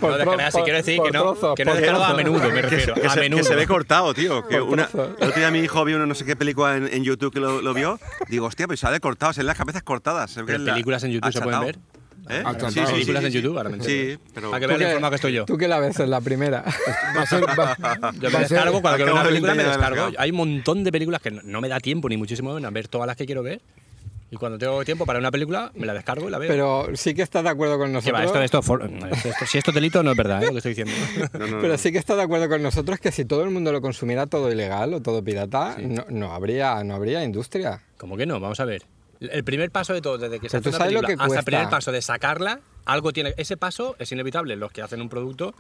Por no tro- descargar, si quiero decir por que no, trozos, que no por descargo a trozos. menudo, me Que se, refiero. que a se- que menudo. se ve cortado, tío. Que Por una, el trozo. otro día mi hijo vio una no sé qué película en, en YouTube que lo, lo vio. Digo, hostia, pues sale cortado, se ven las cabezas cortadas. se ve Pero que la- películas en YouTube se pueden achatao. ¿Eh? Ah, Achatao. Sí, sí, sí, películas sí, sí. en YouTube, ahora me Sí, entero. pero... Para que ¿Tú veas lo qué- informado que estoy yo. ¿Tú que la ves en la primera? Va a ser... Yo va- va me a ser- descargo, cuando quiero ver acabo una de película me entender, descargo. acabo. Hay un montón de películas que no, no me da tiempo, ni muchísimo menos, a ver todas las que quiero ver. Y cuando tengo tiempo para una película, me la descargo y la veo. Pero sí que estás de acuerdo con Que nosotros. va, esto, esto, for- esto- esto- si esto es delito, no es verdad, ¿eh? lo que estoy diciendo. No, no, no. Pero sí que está de acuerdo con nosotros que si todo el mundo lo consumiera todo ilegal o todo pirata, no, no habría, no habría industria. ¿Cómo que no? Vamos a ver. El primer paso de todo, desde que Pero se tú hace una sabes lo película que hasta el cuesta. primer paso de sacarla, algo tiene. Ese paso es inevitable. Los que hacen un producto.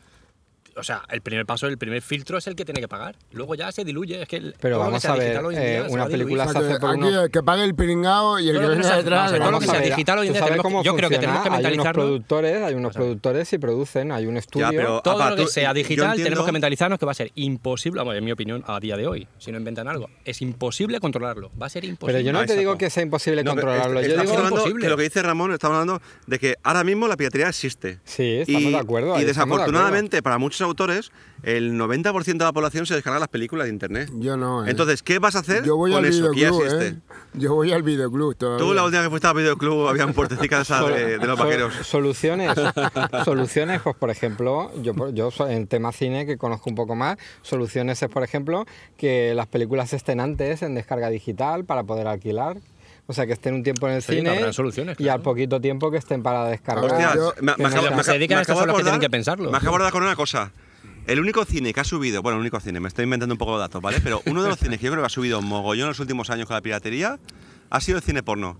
O sea, el primer paso, el primer filtro es el que tiene que pagar. Luego ya se diluye. Es que el- Pero todo lo que vamos sea a ver, digital hoy en eh, día se una va a diluir. película va a se hace ser- por aquí uno- el que pague el pringao y Todo el que lo que no venga sea- detrás... vamos a ver, todo lo vamos que a sea ver. ver, digital hoy ¿tú en día sabes tenemos que- cómo yo creo que tenemos que funciona? Hay unos mentalizarnos. productores, hay unos productores y producen, hay un estudio. pero- Todo Apa, lo que tú- yo sea digital entiendo- tenemos que mentalizarnos que va a ser imposible, vamos, en mi opinión, a día de hoy, si no inventan algo, es imposible controlarlo, va a ser imposible. Pero yo no Ah, te digo exacto. que sea imposible No, pero controlarlo. est- Yo estamos digo hablando imposible. de lo que dice Ramón, estamos hablando de que ahora mismo la piratería existe. Sí, estamos de acuerdo, Y ahí estamos de desafortunadamente, para muchos autores, el 90% de la población se descarga las películas de internet. Yo no, eh. Entonces, ¿qué vas a hacer Yo voy con al eso que ya videoclub, este? existe? ¿eh? Yo voy al videoclub todavía. Tú la última que fuiste al videoclub habían puertecicas esas Sol- de, de sol- los vaqueros. Soluciones. soluciones, pues por ejemplo, yo, por- yo so- en tema cine que conozco un poco más, soluciones es por ejemplo que las películas estén antes en descarga digital para poder alquilar. O sea, que estén un tiempo en el Sí, cine habrán soluciones, y claro. al poquito tiempo que estén para descargar. Hostia, yo- me, me que se- acabo- me se acabo- dedican me a estas acabo horas que acordar- tienen que pensarlo. Me acabo de acordar con una cosa. El único cine que ha subido, bueno, el único cine, me estoy inventando un poco de datos, ¿vale? Pero uno de los cines que yo creo que ha subido mogollón en los últimos años con la piratería ha sido el cine porno.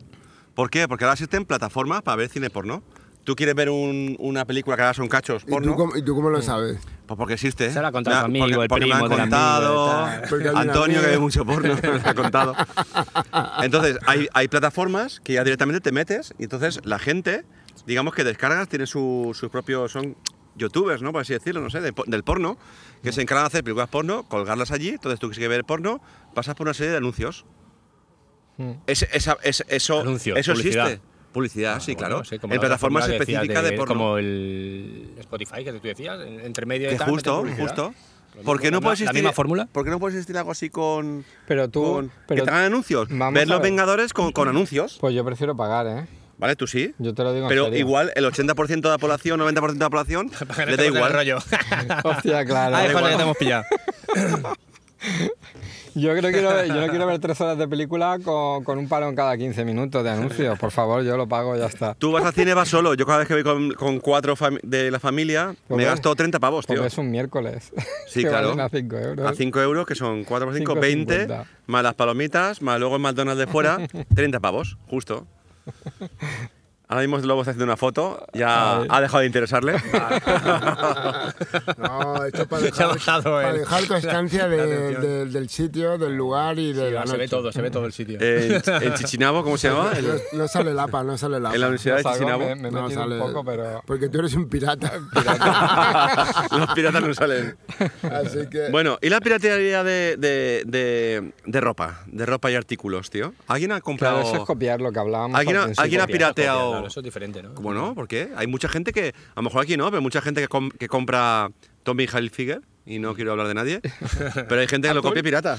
¿Por qué? Porque ahora existen plataformas para ver cine porno. Tú quieres ver un- una película que ahora son cachos ¿Y tú, porno. cómo, y tú cómo Mm. lo sabes? Pues porque existe. Se lo ha ¿eh? contado Me su amigo, porque- el porque me primo han del amigo, contado. tal. Porque hay un Antonio, que amigo. ve mucho porno, me lo ha contado. Entonces, hay, hay plataformas que ya directamente te metes y entonces la gente, digamos que descargas, tiene su- sus propios. Son youtubers, ¿no? Por así decirlo, no sé, de po- del porno, que se encargan de hacer películas porno, colgarlas allí. Entonces, tú que quieres ver porno, pasas por una serie de anuncios. Hmm. Ese- esa- es- eso Anuncios, eso publicidad. Ah, existe. Publicidad, sí, Bueno, claro. sí, como en la otra plataformas fórmula que decías específicas de, de- porno. Como el Spotify que tú decías, en- entre medio y Que tal, meter justo, publicidad. justo. Lo Porque mismo, no la- puede existir. ¿La misma fórmula? ¿Por qué no puede existir algo así con. Pero tú- con- pero- que te hagan anuncios. vamos Ver a los ver. Vengadores con, con anuncios. Pues yo prefiero pagar, ¿eh? ¿Vale? Tú sí. Yo te lo digo en Pero serio. igual el 80% de la población, 90% de la población, Para que le no da te corten el igual. rollo. Hostia, claro. Ay, da joder, igual. ya te hemos pillado. Yo, creo que no- yo no quiero ver tres horas de película con, con un parón cada 15 minutos de anuncios. Por favor, yo lo pago, ya está. Tú vas al cine, vas solo. Yo cada vez que voy con, con cuatro fami- de la familia, Pues me ve. gasto 30 pavos, tío. Porque es un miércoles. Sí, Que claro. valen A 5 euros. A 5 euros, que son 4 por 5, Cinco 20, cincuenta. más las palomitas, más luego el McDonald's de fuera, 30 pavos, justo. Ahora mismo el Lobo está haciendo una foto, ya Ay. ha dejado de interesarle. No, esto es para Se ha dejar, bajado para el- dejar constancia de- atención. de- del sitio, del lugar y de la Se ve noche. todo, se ve todo el sitio. En, en Chichinabo, ¿cómo se llama? El- No, no sale el APA, no sale el APA. en la Universidad de Salgo, Chichinabo. me, me he No metido sale- un poco, pero... Porque tú eres un pirata. Los piratas no salen. Así que... Bueno, ¿y la piratería de, de, de- de ropa? De ropa y artículos, tío. ¿Alguien ha Claro, comprado...? eso es copiar lo que hablábamos ¿Alguien ha- al principio. alguien ha pirata- pirateado. Copiar, claro, Eso es diferente, ¿no? ¿Cómo no? ¿Por qué? Hay mucha gente que, a lo mejor aquí no, pero mucha gente que, com- que compra Tommy Hilfiger, y no quiero hablar de nadie, pero hay gente que lo copia pirata.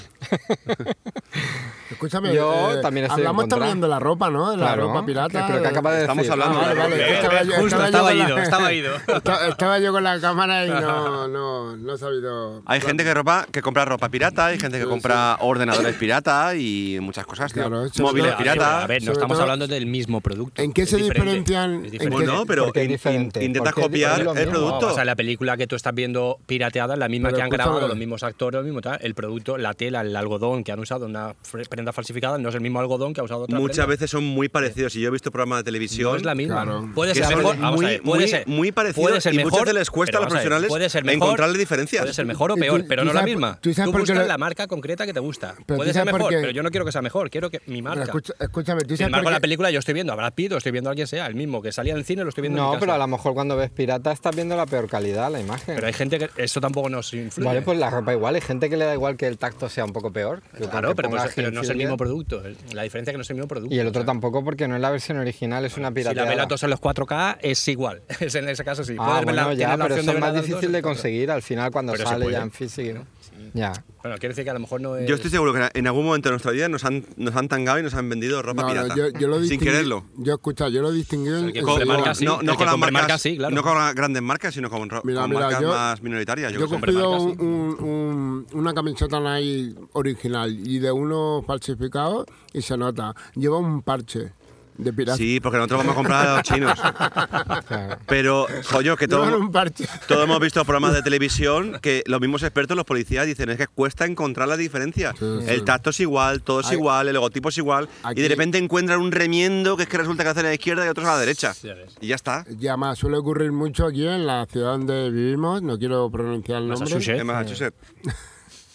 Escúchame, eh, Yo también estoy en hablamos contra. también de la ropa, ¿no? De la Claro, ropa pirata. que- pero que acaba de Estamos decir. hablando Ah, vale, de la vale, ropa. es que estaba yo- Eh, Justo, yo estaba con la- ido, estaba ido. Esta- estaba yo con la cámara y no, no, no he sabido. Hay gente que, ropa, que compra ropa pirata, hay gente que compra ordenadores pirata y muchas cosas, tío. Claro, eso Móviles es- pirata. A ver, no sobre estamos todo- hablando del mismo producto. ¿En qué es se diferente, es diferencian- en diferente. qué- Bueno, pero porque es in- in- diferente, intentas porque es- copiar es lo el mismo. producto. O sea, la película que tú estás viendo pirateada es la misma Pero que han escúchame. grabado los mismos actores, lo mismo tal. El producto, la tela, el algodón que han usado en una fre- prenda falsificada no es el mismo algodón que ha usado otra Muchas prenda. veces son muy parecidos. Y yo he visto programas de televisión. No es la misma. Claro. Puede Que ser son mejor. vamos muy- a ver, puede muy- ser- muy parecido puede ser y muchas mejor, veces les cuesta a pero los vamos ver, profesionales puede ser mejor, encontrarle diferencias. Puede ser mejor o Y tú- peor, pero tú no es la sabes- misma. tú Tú, sabes por qué buscas lo- la marca concreta que te gusta. Pero tú puede ser sabes por mejor, qué- pero yo no quiero que sea mejor, quiero que mi marca. Escucha- escúchame, tú Sin sabes embargo, por la qué- película yo estoy viendo a Brad Pitt o estoy viendo a alguien sea, el mismo que salía en el cine lo estoy viendo en mi No, casa. pero a lo mejor cuando ves pirata estás viendo la peor calidad, la imagen. Pero hay gente que eso tampoco nos influye. Vale, pues la ropa igual. Hay gente que le da igual que el tacto sea un poco peor. que con Claro, que pero, pongas pues- pero no es el Hilfiger. mismo producto. el- La diferencia es que no es el mismo producto. Y el otro o sea, tampoco porque no es la versión original, es una Si la pirateada. velatos en los 4K es igual. Es en ese caso sí. Ah, Puedes verla- bueno, tienes ya, la pero opción eso de es más verla en difícil 2, de en 4K. conseguir al final cuando Pero se sale ya puede. en físico. Ya. Bueno, quiere decir que a lo mejor no es. Yo estoy seguro que en algún momento de nuestra vida nos han, nos han tangado y nos han vendido ropa No, no, pirata. yo, yo lo sin distingui- quererlo. Yo escucha, yo lo distinguí en- que compre en Con- Sevilla. marca, sí. no, no el que con las compre marcas, marcas, sí, claro. no con las grandes marcas, sino con, ro- Mira, con mira, marcas yo- más minoritarias. Yo, Yo he qué sé. cogido marcas, un- un- un- una camiseta Nike original y de uno falsificado y se nota. Lleva un parche de pirata. Sí, porque nosotros vamos a comprar a los chinos. Pero, coño, que Llevan todo, un parche. Todos hemos visto programas de televisión que los mismos expertos, los policías, dicen es que cuesta encontrar la diferencia. El tacto es igual, todo es Ay. igual, el logotipo es igual. Aquí- Y de repente encuentran un remiendo que es que resulta que hacen a la izquierda y otros a la derecha. Ya ves. Y ya está. Y además suele ocurrir mucho aquí en la ciudad donde vivimos, no quiero pronunciar el nombre. Massachusetts. En Massachusetts.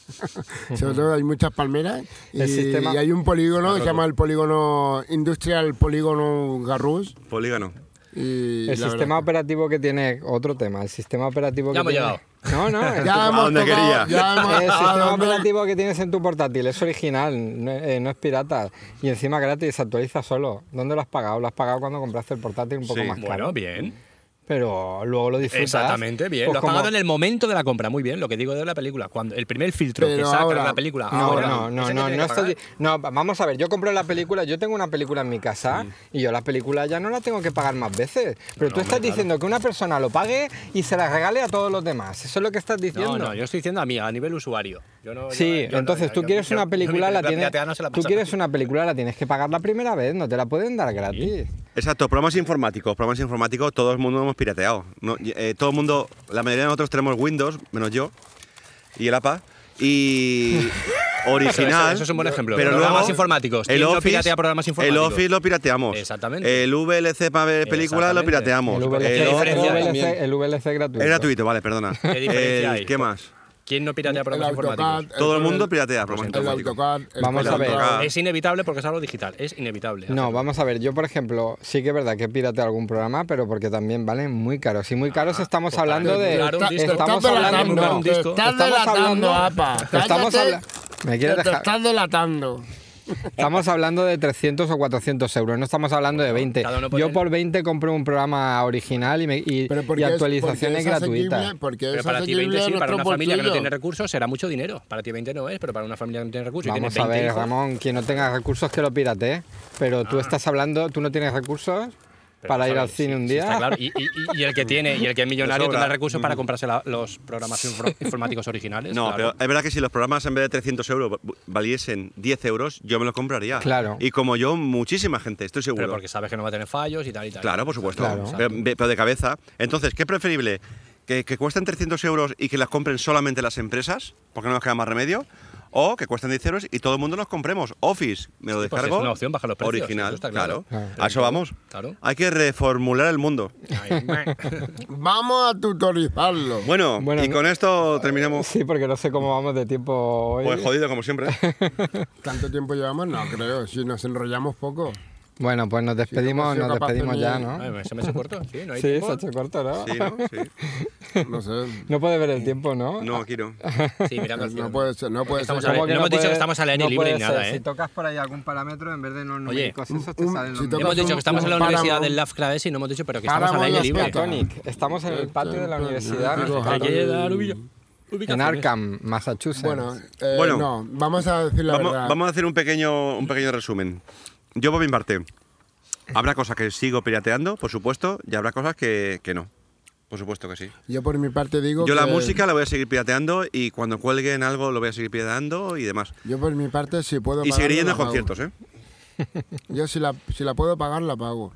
Sobre todo hay muchas palmeras y, El sistema- y hay un polígono que se llama el polígono Industrial Polígono Garrus. Polígono. Y El la sistema verdad- operativo que tiene otro tema, el sistema operativo Ya que hemos tiene- llegado. No, no, el, Ya ¿A hemos dónde tocado- quería? ya hemos- el ¿a sistema dónde? operativo que tienes en tu portátil es original, no, eh, no es pirata y encima gratis, se actualiza solo. ¿Dónde lo has pagado? Lo has pagado cuando compraste el portátil un poco Sí. más caro. Bueno, bien. pero luego lo disfrutas. Exactamente, bien. Pues lo has como- pagado en el momento de la compra, muy bien, lo que digo de la película. Cuando el primer filtro que Pero saca ahora- la película. No, ahora, no, no, ese que no, tiene no, que está pagar. di- no, va- vamos a ver, yo compro la película, yo tengo una película en mi casa y yo la película ya no la tengo que pagar más veces. Pero tú estás diciendo que una persona lo pague y se la regale a todos los demás. Eso es lo que estás diciendo. No, no, yo estoy diciendo a mí, a nivel usuario. Yo no- Sí, yo- yo no- entonces yo- tú yo- quieres yo- una yo mi película, la tienes, pirateada no se la tú pasa a quieres nadie. una película, la tienes que pagar la primera vez, no te la pueden dar gratis. Exacto, programas informáticos, programas informáticos, todo el mundo hemos pirateado. No, y- eh, todo el mundo, la mayoría de nosotros tenemos Windows, menos yo, y el APA, y Eso- original. eso es un buen ejemplo. Pero Programas luego, informáticos. El ¿Quién no Office, piratea programas el informáticos? Office lo pirateamos. Exactamente. El VLC para ver películas lo Exactamente. pirateamos. El El VLC, ¿Qué o- el diferencia hay? VLC, el VLC gratuito. es gratuito, vale, perdona. ¿Qué diferencia El- hay? ¿Qué más? ¿Quién no piratea El programas AutoCAD. informáticos? Todo el mundo Corel, piratea programas El informáticos. AutoCAD. el Vamos a ver. CorelDRAW. Es inevitable porque es algo digital, es inevitable. Ah. No, vamos a ver, yo por ejemplo, sí que es verdad que he pirateado algún programa, pero porque también valen muy caros. Y muy caros estamos pues hablando para de. comprar un disco. Estamos Te estás hablando delatando, no, te disco. estás estamos delatando, hablando- apa. Estamos Cállate, habla- Me quieres que Te dejar. estás delatando. Estamos hablando de 300 o 400 euros, no estamos hablando de 20. cada uno Yo pone- por 20 compré un programa original y, me- y- Pero porque y es- actualizaciones porque es asequible, gratuitas. Porque Pero es para ti 20 asequible sí, para nuestro una familia que no bolsillo. tiene recursos será mucho dinero. Para ti 20 no es, pero para una familia que no tiene recursos y Vamos tiene a 20 ver, hijos, Ramón, quien no tenga recursos que lo pirate. ¿eh? Pero tú estás hablando, tú no tienes recursos pero para ir vamos a al ver, cine sí, un sí, día. está claro. Y, y- y- y el que tiene, y el que es millonario sobra. tendrá recursos para comprarse la- los programas infor- informáticos originales. Mm. No, claro. pero es verdad que si los programas en vez de 300 euros va- valiesen 10 euros, yo me los compraría. Claro. Y como yo, muchísima gente, estoy seguro. Pero porque sabes que no va a tener fallos y tal y tal. Claro, por supuesto. Claro. Pero, pero de cabeza. Entonces, ¿qué es preferible? ¿Que, que cuesten 300 euros y que las compren solamente las empresas? Porque no nos queda más remedio. O que cuesten 10 euros y todo el mundo los compremos. Office, me lo Sí, pues descargo. es una opción, baja los precios, Original, eso está claro. claro. Claro. A eso vamos. Claro. Hay que reformular el mundo. Ahí, meh. Vamos a tutorizarlo. Bueno, Bueno, y no- con esto terminamos. Sí, porque no sé cómo vamos de tiempo hoy. Pues jodido, como siempre. ¿Tanto tiempo llevamos? No creo. Si nos enrollamos poco. bueno, pues nos despedimos, sido nos capaces despedimos ni- ya, ¿no? Ay, se me hace corto. Sí, no hay Sí, tiempo. se ha hecho corto, ¿no? Sí, ¿no? Sí. No sé. No puedes ver el tiempo, ¿no? No, aquí no. Sí, mirando al cielo. No puede ser, no puede ser. Estamos ¿Cómo a ver, que no hemos dicho que puede- estamos al aire libre puede ni nada, ser? ¿eh? uh, Si tocas por ahí algún parámetro, en vez de los numéricos, esos te un- salen los si números. tocas Hemos dicho un- que estamos en la un páramo. Universidad del Lovecraft y no hemos dicho, pero que estamos Páramo al aire las libre. Platonic. Estamos en el patio de la universidad Hay que dar ubica- en ubicaciones. Arkham, Massachusetts. Bueno, eh, Bueno. no, vamos a decir la Vamos, verdad. vamos a hacer un pequeño, un pequeño resumen. Yo por mi parte, habrá cosas que sigo pirateando, por supuesto, y habrá cosas que, que no. Por supuesto que sí. Yo por mi parte digo Yo la que- música la voy a seguir pirateando y cuando cuelguen algo lo voy a seguir pirateando y demás. Yo por mi parte si puedo Y seguiré pagarla, yendo la pago. a conciertos, ¿eh? Yo si la, si la puedo pagar, la pago.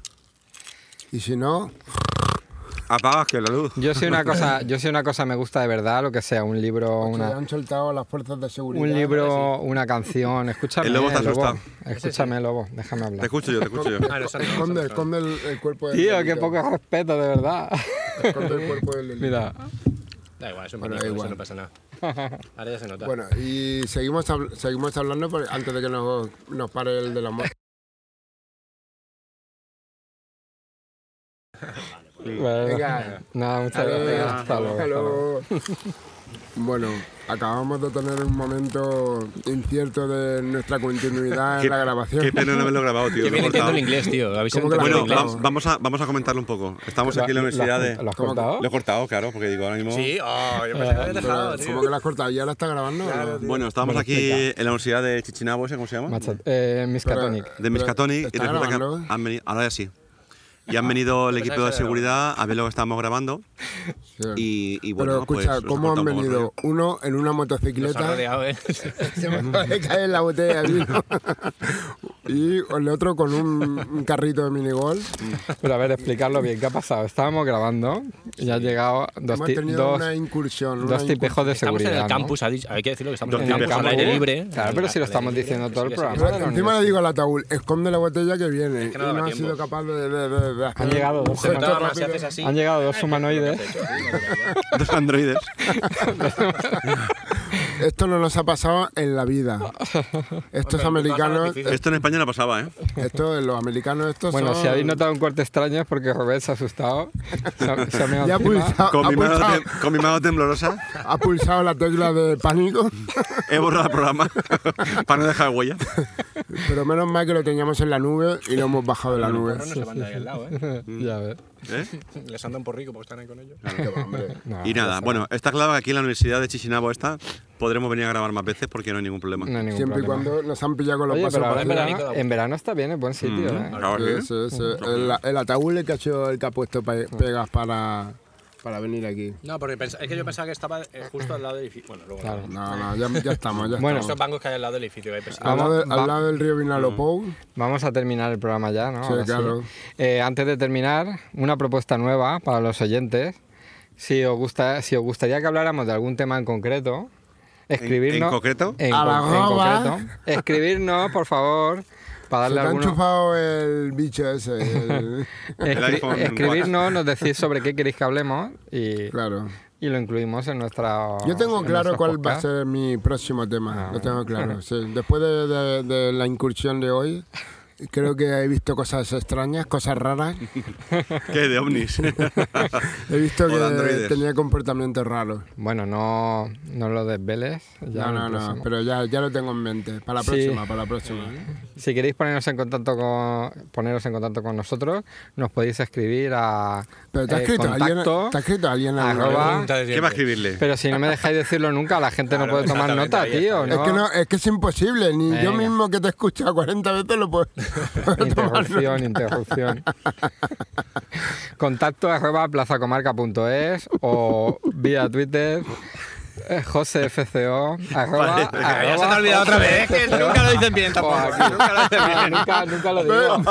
Y si no, ¿eh? Apagas que la luz. Yo sé una cosa, yo sé una cosa me gusta de verdad, lo que sea, un libro, se una, han soltado las fuerzas de seguridad. un libro, una canción. Escúchame, El lobo está Escúchame, lobo, déjame Te hablar. escucho yo, te escucho yo. Ah, no, esa no, esa no, Esconde, esa no. esconde el, el cuerpo del Tío, delito. qué poco respeto, de verdad. Esconde el cuerpo del delito. Mira, Da igual, es un Bueno, da mini, eso igual. no pasa nada. Ahora ya se nota. Bueno, y seguimos, habl- seguimos hablando por- antes de que nos, nos pare el de la muerte. bueno, Venga. nada, muchas gracias. Hasta luego, hasta luego. Bueno, acabamos de tener un momento incierto de nuestra continuidad en la grabación. Qué pena no haberlo grabado, Que tío. lo he bien entiendo cortado. el inglés, tío. Habéis ¿Cómo que entendido Bueno, el inglés. va- vamos a, vamos a comentarlo un poco. Estamos aquí en la ¿Lo has- universidad de... ¿Lo has cortado? Lo he cortado, claro, porque digo, ahora mismo... Sí, oh, yo pensé que lo había dejado, Pero, tío. ¿Cómo que la has cortado? ¿Ya la está grabando? o no? Bueno, estábamos aquí en la universidad de Chichinabo, ¿ese cómo se llama? Macha- eh, Miskatonic. de Miskatonic y ¿Está resulta que grabando? Ah, pues han venido, ahora ya sí. Y han venido el equipo de que se seguridad a ver lo que estábamos grabando Sí. y, Pero y bueno, escucha, pues, ¿cómo nos han ha cortado un poco el venido? rollo. Uno en una Nos ha motocicleta. rodeado, eh. Se me acaba de caer la botella de vino. y el otro con un, un carrito de minigolf. Pero a ver, explicarlo bien, ¿qué ha pasado? Estábamos grabando y han llegado dos, Hemos ti- tenido dos, una incursión. dos una tipejos de Estamos en seguridad. el ¿no? campus, ha dicho- hay que decirlo que estamos Dos en el tipejos. campus, al aire libre. Claro, pero si lo estamos diciendo todo el incursión. programa. de la Encima le universidad. digo al ataúd, esconde la botella que viene. que no y daba no ha tiempo. sido capaz de... de- de- de hacer Han llegado dos un gesto semanas. Si rápido. haces así, Han llegado dos humanoides. Dos androides. Esto no nos ha pasado en la vida. Estos americanos... Esto en España no pasaba, ¿eh? Esto, los americanos estos Bueno, son... si habéis notado un corte extraño es porque Robert se ha asustado. Se ha, se ha meado Ya ha encima. pulsado, Con Ah, ha mi, mano, pulsado- tem- con mi mano temblorosa ha pulsado la tecla de pánico. he borrado el programa para no dejar huella. Pero menos mal que lo teníamos en la nube y lo hemos bajado de la nube. pues. No se van de ahí al lado, eh. Ya ves. ¿eh? Les andan por rico porque están ahí con ellos. Qué va, hombre. No, Y nada, está- bueno, está claro que aquí en la Universidad de Chichinabo esta podremos venir a grabar más veces porque no hay ningún problema. No hay ningún Siempre y problema. cuando nos han pillado con los Oye, pasos pero ahora en por vaciados. verano. verano, en verano está bien, es buen sitio. Mm, ¿eh? claro que sí. Sí, sí, sí. El, el ataúd que ha hecho el que ha puesto pe- pegas para, para venir aquí. No, porque pens- es que yo pensaba que estaba eh, justo al lado del edificio. Bueno, luego. Claro. No, no, ya, ya estamos, ya Bueno, Esos estamos. bancos que hay al lado del edificio. que hay pesado. Al lado, de- va- al lado del río Vinalopou, Vamos a terminar el programa ya, ¿no? Sí, Ahora claro. Eh, antes de terminar, una propuesta nueva para los oyentes. Si os, gusta, si os gustaría que habláramos de algún tema en concreto, escribirnos. en concreto? En, A la con- en goma. concreto. Escribirnos, por favor, para se te darle ha algunos. enchufado el bicho ese. el- El iPhone escribirnos, nos decís sobre qué queréis que hablemos y, claro. y lo incluimos en nuestra. Yo tengo en claro nuestro cuál va a podcast. ser mi próximo tema. Ah, Lo tengo claro. sí. Después de, de- de la incursión de hoy, creo que he visto cosas extrañas, cosas raras. ¿Qué? De ovnis. He visto O de que androides. tenía comportamientos raros. Bueno, no, no lo desveles. ya no, en el no, no, próximo. pero ya, ya lo tengo en mente. Para la Sí. Eh, próxima, para la próxima. Si queréis poneros en contacto con poneros en contacto con nosotros, nos podéis escribir a Pero te ha eh, escrito contacto, alguien, te ha escrito alguien a arroba- La pregunta de ¿Qué va a siempre. escribirle? Pero si no me dejáis decirlo nunca, la gente no Claro, puede tomar exactamente, nota, ahí tío. está, ahí Es que no no, es que es imposible, ni yo Venga. mismo que te he escuchado 40 veces lo puedo. Interrupción, interrupción. Contacto arroba plazacomarca.es o vía Twitter eh, josefco arroba, Ah, ya se te arroba, ha olvidado otra vez, que nunca lo dicen bien tampoco. Joaquín. nunca lo dicen bien. Nunca, nunca lo digo.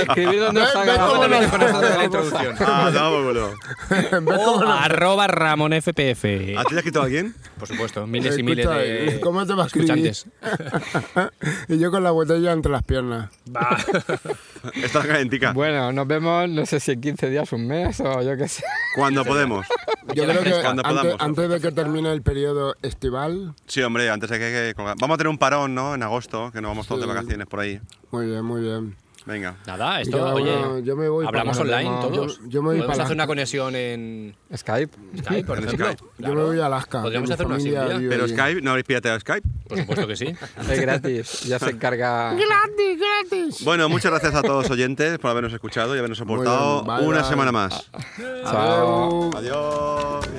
Escribid donde os Ve- haga ve la cómo gana. También con eso de la Vamos. introducción. Ah, dámoslo. O arroba Ramón FPF. ¿A ti te ha escrito alguien? Ah, Por supuesto, miles y miles Escucha, eh, de ¿Cómo te va a escribir? escuchantes. y yo con la botella entre las piernas. Va. Estás calentica. Bueno, nos vemos, no sé si en 15 días, un mes o yo qué sé. Cuando podemos. Yo creo que Cuando antes, podamos. antes de que termine el periodo estival, Sí, hombre, antes hay que, que colgar. Vamos a tener un parón, ¿no? En agosto, que nos vamos todos de vacaciones por ahí. muy bien, muy bien. Venga. Nada, Y esto, cada uno- oye, yo me voy hablamos para- online yo- todos. Yo, me voy Podemos para hacer una conexión en Skype. Skype, por En ejemplo. Skype. Yo Claro. me voy a Alaska. Podríamos que mi hacer una familia simbia. vive Pero allí. Skype, no habéis pirateado Skype. Por supuesto que sí. Es gratis, ya se encarga. Gratis, gratis. Bueno, muchas gracias a todos oyentes por habernos escuchado y habernos Muy soportado bien, bye, una bye. semana más. Chao. Adiós. Adiós. Oh,